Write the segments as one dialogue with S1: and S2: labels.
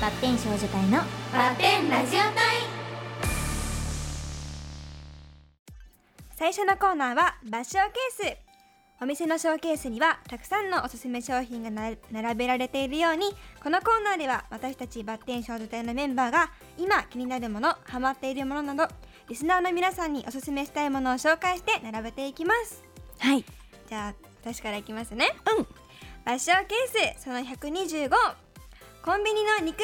S1: バッテン少女隊の
S2: バッテンラジオ隊
S3: 最初のコーナーはバッショーケースお店のショーケースにはたくさんのおすすめ商品がな並べられているようにこのコーナーでは私たちバッテン少女隊のメンバーが今気になるものハマっているものなどリスナーの皆さんにおすすめしたいものを紹介して並べていきます
S4: はい
S3: じゃあ私からいきますね
S4: うん
S3: バッショーケースその125コンビニの肉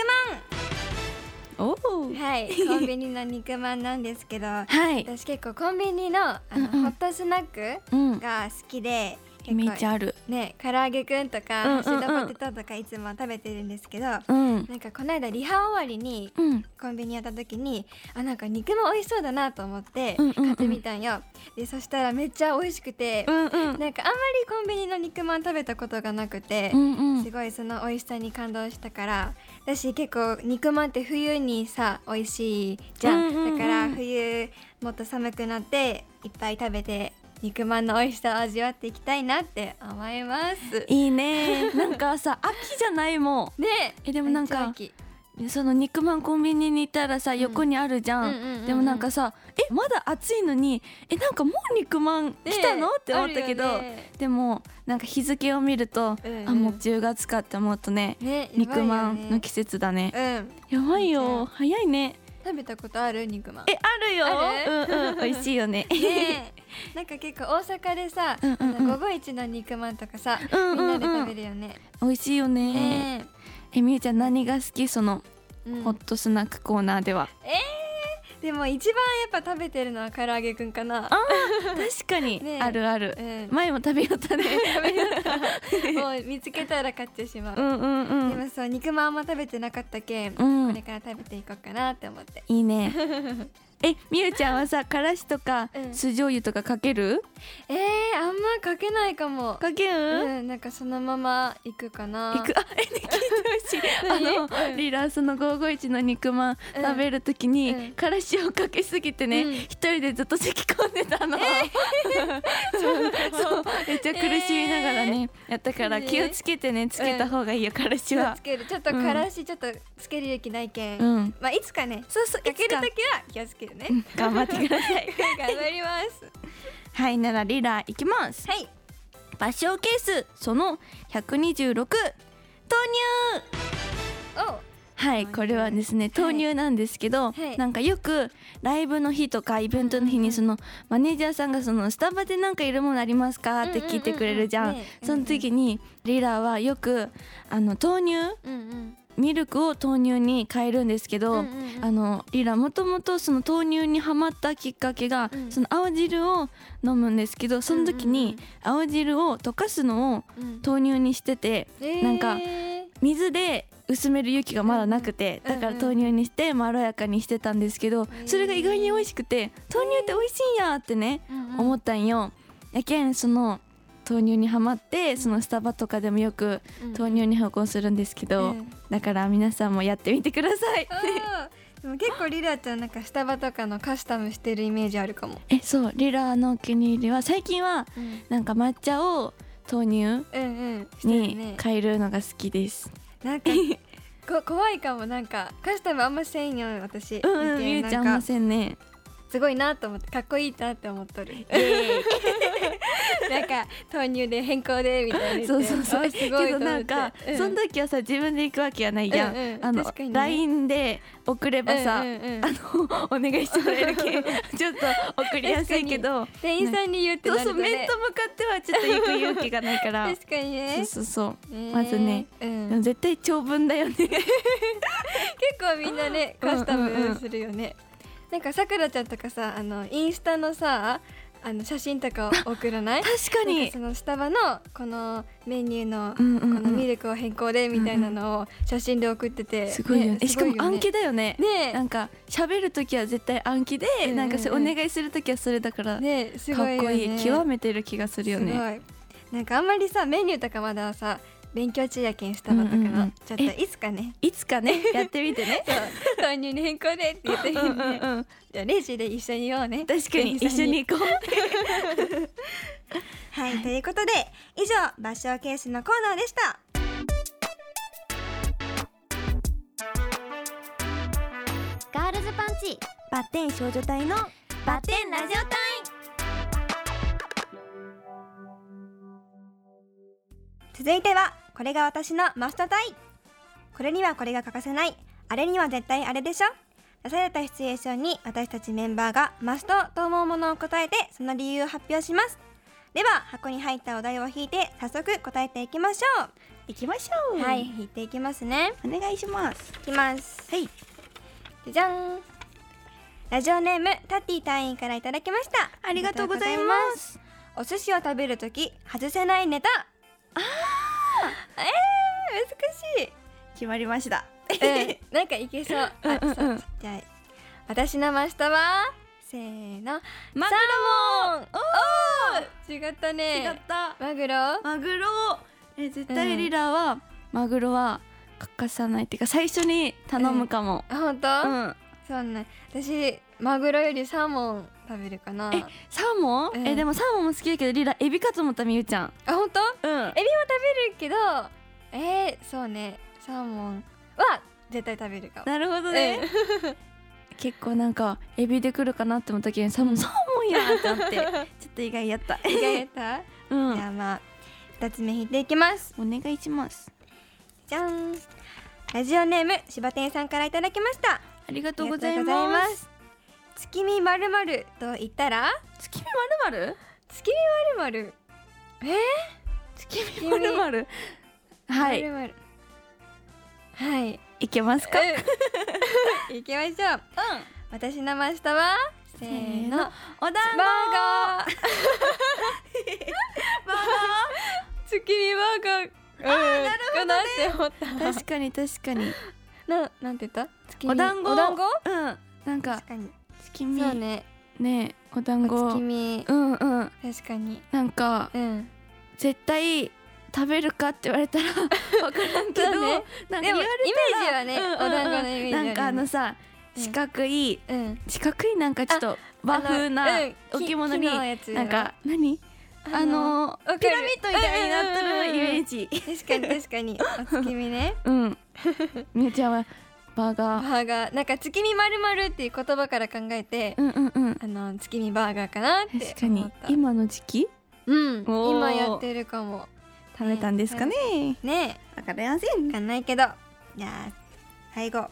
S4: お
S3: ま
S4: お
S3: んはい コンビニの肉まんなんですけど
S4: はい
S3: 私結構コンビニのあの、
S4: うんうん
S3: ホットスナック
S4: うん
S3: が好きで
S4: イ
S3: 結
S4: メ
S3: 構
S4: ージある
S3: ね唐揚げくんとか、
S4: うんうんうん
S3: ハッシュドポテトとかいつも食べてるんですけど、
S4: うん
S3: なんかこの間リハ終わりに
S4: うん
S3: コンビニやった時にあなんか肉も美味しそうだなと思って
S4: うんうんうん
S3: 買ってみたんよ、でそしたらめっちゃ美味しくて、
S4: うんう
S3: なん
S4: ん
S3: かあんまりコンビニの肉まん食べたことがなくて
S4: う、んうん
S3: すごいその美味しさに感動したから私結構肉まんって冬にさ美味しいじゃん,、
S4: うんうんうん
S3: だから冬もっと寒くなっていっぱい食べて肉まんの美味しさを味わっていきたいなって思います
S4: いい ねなんかさ秋じゃないも
S3: ね
S4: えでもなんか
S3: めっちゃ秋
S4: んその肉まんコンビニに行ったらさ横にあるじゃ
S3: うんうんうんうんん
S4: でもなんかさえまだ暑いのにえなんかもう肉まん来たの
S3: ね
S4: って思ったけど
S3: あるよね
S4: でもなんか日付を見ると
S3: うんうん
S4: あもう10月かって思うとね
S3: ね
S4: 肉まんの季
S3: 節
S4: 節だね
S3: うん
S4: やばい
S3: め
S4: よ
S3: っ
S4: 早いね
S3: 食べたことある肉まん
S4: えあるよ
S3: ある
S4: うんうん美味しいよね
S3: ねえなんか結構大阪でさ、
S4: うんうんうん
S3: あの午後一の肉まんとかさ、
S4: うんうんうん
S3: みんなで食べるよね。
S4: 美味しいよね
S3: ね
S4: えみゆちゃん何が好きその
S3: えうん
S4: ホットスナックコーナーでは
S3: でも一番やっぱ食べてるのは唐揚げくんかな。
S4: 確か に
S3: ねえ
S4: あるある
S3: うん
S4: 前も食べよった ね
S3: もう見つけたら買ってしま
S4: う
S3: う。
S4: んうんう
S3: で
S4: ん
S3: もそう肉まんあんま食べてなかったけん、
S4: うん
S3: これから食べていこうかなって思って。
S4: い いねえみゆちゃんはさからしとか
S3: うん
S4: 酢醤油とかかける
S3: えー、あんまかけないかも。
S4: かけん
S3: うん、なんかそのまま行くかな。
S4: 行くあえ聞いてほしい あ
S3: う
S4: の
S3: ん
S4: リーラーその551の肉まん
S3: うん
S4: 食べるとき
S3: う
S4: に
S3: ん
S4: からしをかけすぎて
S3: うん
S4: ね一人でずっと咳き込んでたの そうめっちゃ苦しみながらねやったから
S3: ね
S4: 気をつけてねつけた方がいいよからし
S3: 気を
S4: は
S3: つける。ちょっとからしちょっとつける勇気ないけん。
S4: うん
S3: まあいつかね。
S4: そうそう
S3: かけるとき
S4: い
S3: は
S4: つか
S3: 気をつけるね。
S4: 頑張ってください
S3: 頑張ります。
S4: はいならリーラー行きます
S3: はい。
S4: 場所ケースその126豆乳
S3: おう。
S4: はい
S3: 豆乳
S4: これはですね
S3: はい
S4: 豆乳なんですけど、
S3: はい
S4: なんかよくライブの日とかイベントの
S3: う
S4: 日
S3: んうんう
S4: に
S3: ん
S4: そのマネージャーさんがそのスタバでなんかいるものありますかって聞いてくれるじ
S3: う
S4: ゃ
S3: ん
S4: ん
S3: うんうんね
S4: その時にリーラはよくあの豆乳
S3: うんうん。
S4: ミルクを豆乳に変えるんですけど、
S3: うんうんうん
S4: あのリラもともとその豆乳にハマったきっかけが、
S3: うん
S4: その青汁を飲むんですけどその時
S3: うんうんう
S4: に
S3: ん
S4: 青汁を溶かすのを
S3: うん
S4: 豆乳にしててなんか
S3: えー
S4: 水で薄める勇気がまだなくて
S3: うんう
S4: だ
S3: ん
S4: から豆乳にしてまろやかにしてたんですけど
S3: ー
S4: それが意外に美味しくて豆乳って美味しいんやってね思ったんよ。やけんその豆乳にハマってそのスタバとかでもよく
S3: うん
S4: 豆乳に保管するんですけ
S3: う
S4: ど、
S3: ん
S4: だから皆さんもやってみてください。
S3: あーでも結構リラちゃんなんかスタバとかのカスタムしてるイメージあるかも。
S4: えそうリラのお気に入りは最近は
S3: うん
S4: なんか抹茶を豆
S3: うんうん。して
S4: 乳
S3: るね
S4: に。変えるのが好きです。
S3: なんかこ怖いかもなんかカスタムあんませんよ私。
S4: うんうん
S3: 見
S4: み
S3: て
S4: ゆちゃん
S3: な
S4: ま
S3: んか
S4: せんね。
S3: すごいなと思ってかっこいいなって思っとる。 なんか豆乳で変更でみたいな言って。
S4: そうそうそう。
S3: あすごいと思
S4: けど
S3: って
S4: なんか、
S3: う
S4: その時はさ自分で行くわけはないじゃん。
S3: うんうん
S4: あの
S3: 確かにね
S4: LINE で送ればさ、
S3: うんうんうん
S4: あのお願いしてもら えるけんちょっと送りやすいけど。
S3: 店員さんに言うって
S4: そう
S3: なる
S4: そう
S3: と
S4: 面
S3: ね
S4: と。向かってはちょっと行く勇気がないから。
S3: 確かに
S4: そう
S3: ね。
S4: そうそう。
S3: ね
S4: まずね。
S3: うん
S4: でも絶対長文だよね。
S3: 結構みんなね
S4: うん
S3: カスタムするよね、なんかさくらちゃんとかさあのインスタのさあの写真とか送らない
S4: 確か
S3: なん
S4: に
S3: かそ。のスタバのこのメニューのこ
S4: うんうんうん
S3: のミルクを変更でみたいなのを写真で送ってて
S4: すごいよね。えしかも暗記
S3: だ
S4: だよね。な
S3: ね
S4: んか喋る時は絶対暗記で、
S3: うん
S4: なんかそれお願いする時はそれだから、
S3: えねえす
S4: か
S3: ご
S4: っ
S3: いよ
S4: こいい、
S3: ね
S4: 極めてる気がするよね。
S3: すごいなんかあんまりさメニューとかまださ勉強中やけんスタバとかの、
S4: うんうんうん
S3: ちょっといつかね
S4: いつかねやってみてね。
S3: そう豆乳に変更でって言って、ね
S4: うんうんうん、
S3: じゃあレジで一緒に言おうね
S4: 確かに
S3: 店員
S4: 一
S3: さ
S4: 緒
S3: ん
S4: に行こう。
S3: はい、ということで以上「場所ケース」のコーナーでした
S2: ズパンチ
S3: バッテン少女隊の
S2: バッテンラジオ隊
S3: 続いてはこれが私のマスト隊これにはこれが欠かせないあれには絶対あれでしょ出されたシチュエーションに私たちメンバーがマストと思うものを答えてその理由を発表しますでは箱に入ったお題を引いて早速答えていきましょ
S1: 行きましょ
S3: う、
S1: う。
S3: はい。引いていきますね
S1: お願いします。
S3: いきます
S1: はい。
S3: じゃじゃんラジオネームタッティ隊員からいただきました
S1: ありがとうございます
S3: お寿司を食べるとき外せないネタあーえー、難しい
S1: 決まりました。
S3: うん、なんかいけそう。あ、そう
S4: うんうん
S3: じゃあ私の真下はせーの
S4: マ
S3: サーモン。おお、違ったね。
S4: 違った
S3: マグロ。
S4: マグロえ絶対リラは、マグロは欠かさないっていうか最初に頼むかも、
S3: あ、本当？
S4: うん
S3: そうね。私マグロよりサーモン食べるかな。
S4: えサーモン、
S3: うん
S4: えでもサーモンも好きだけどリラエビかと思ったみゆちゃん
S3: あ、本当？
S4: うん
S3: エビも食べるけど、えー、そうね。サーモンは絶対食べるかも。
S4: なるほどね、結構なんかエビで来るかなって思ったけどサーモンサーモンやって 思ってちょっと意外やった
S3: うん。意外やった？
S4: うんお
S3: じゃあまあ二つ目引いていきます。
S4: 願いします
S3: じゃん。ラジオネーム柴天さんからいただきました。
S4: ありがと
S3: と
S4: う
S3: う
S4: ご
S3: ご
S4: ざ
S3: ざ
S4: い
S3: い
S4: ま
S3: ますす月見まるまると言ったら
S4: 月見まる
S3: 月見まるまるえ
S4: 月見まるまる
S3: ー、
S4: はい
S3: まるまるはい
S4: いけますか
S3: うん 行きましょう私の真下はせーの
S4: せーの
S3: バ
S4: お団
S3: ー
S4: 子
S3: ガー 月見バーガーあなるほどねかなって思っ
S4: 確かに確かに
S3: たななんて言った月見
S4: お団子
S3: お団子
S4: うんなんか
S3: 確かに
S4: 月見
S3: そうね
S4: ねお団子
S3: 月見
S4: うんうん
S3: 確かに
S4: なんか
S3: うん
S4: 絶対食べるかって言われ たらわからんけ
S3: そ
S4: ど、
S3: うね
S4: な
S3: で
S4: んか言
S3: もイメ
S4: われ
S3: ージはね、
S4: うんうんうん
S3: お団子のイメージある
S4: なんかあのさ
S3: うん
S4: 四角い、
S3: うん
S4: 四角いなんかちょっと和風な
S3: あのうん
S4: お着物に、
S3: 木木のやつ
S4: なんか何あの
S3: わかる
S4: ピラミッドみたいになってるイメージ
S3: 確かに 確かにお月見ね
S4: うんみゆちゃんはバー
S3: バ
S4: ガー
S3: ーガーなんか月見まるまるっていう言葉から考えて、
S4: うんうんうん
S3: あの月見バーガーかなって
S4: 確か
S3: 思っ
S4: に
S3: た
S4: 今の時期
S3: うん
S4: おー
S3: 今やってるかも
S1: 食べたんですかね。
S3: ね
S1: わかりません
S3: え。わかんないけどじゃあ最後
S1: は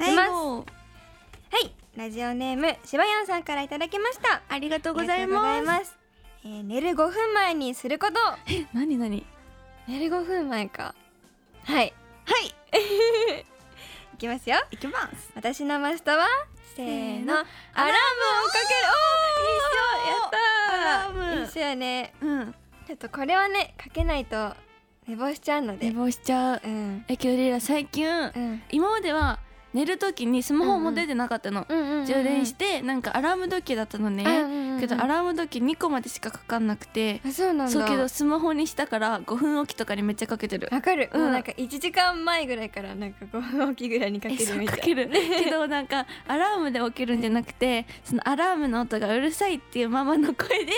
S1: いい。
S4: もう
S3: はいラジオネームしばやんさんからいただきました
S4: ありがと
S3: あ
S4: うござ
S3: り
S4: います
S3: がとうございますえー寝る5分前にすること
S4: 何何
S3: 寝る5分前かはい
S1: はい。
S3: いきますよ
S1: 行きます。
S3: 私のマスタはせーのアラームをかけるおー一緒やったー
S1: アラーム
S3: 一緒やね
S4: うん
S3: ちょっとこれはねかけないと寝坊しちゃうので
S4: 寝坊しちゃう
S3: うん
S4: えけどリラ最近、
S3: うん
S4: 今までは寝る時にスマホも出てなかったの、
S3: うんうんうん
S4: 充電してなんかアラーム時計だったのね、けどア
S3: ら
S4: ラーム時計2個までしかかかんなくて、
S3: あそうなんだ
S4: そうけどスマホにしたから5分おきとかにめっちゃかけてる
S3: わかる、
S4: うん
S3: もうなんか一時間前ぐらいからなんか5分お きぐらいにかけ
S4: え
S3: る
S4: そう
S3: みた
S4: か
S3: いな
S4: ける けどなんかアラームで起きるんじゃなくてそのアラームの音がうるさいっていうママの声でい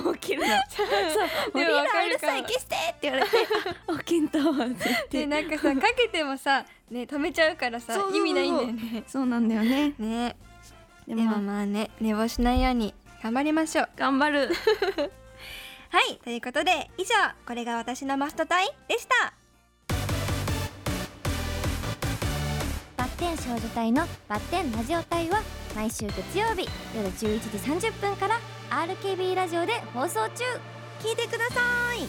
S4: つも起きる のそうもう
S3: でもわ
S4: リ
S3: か
S4: ラうる
S3: るかも
S4: さ い消してって言われてあ起きんと思って言
S3: で
S4: って
S3: なんか さかけてもさね止めちゃうからさ
S4: そうそうそう
S3: 意味ないんだよね
S4: そうなんだよね
S3: ね
S4: で
S3: でもまあね寝坊しないように頑張りましょう
S4: 頑張る
S3: はい、ということで以上これが私のマストタイでした
S2: バッテン少女隊のバッテンラジオ隊は毎週月曜日夜11時30分から RKB ラジオで放送中聞いてください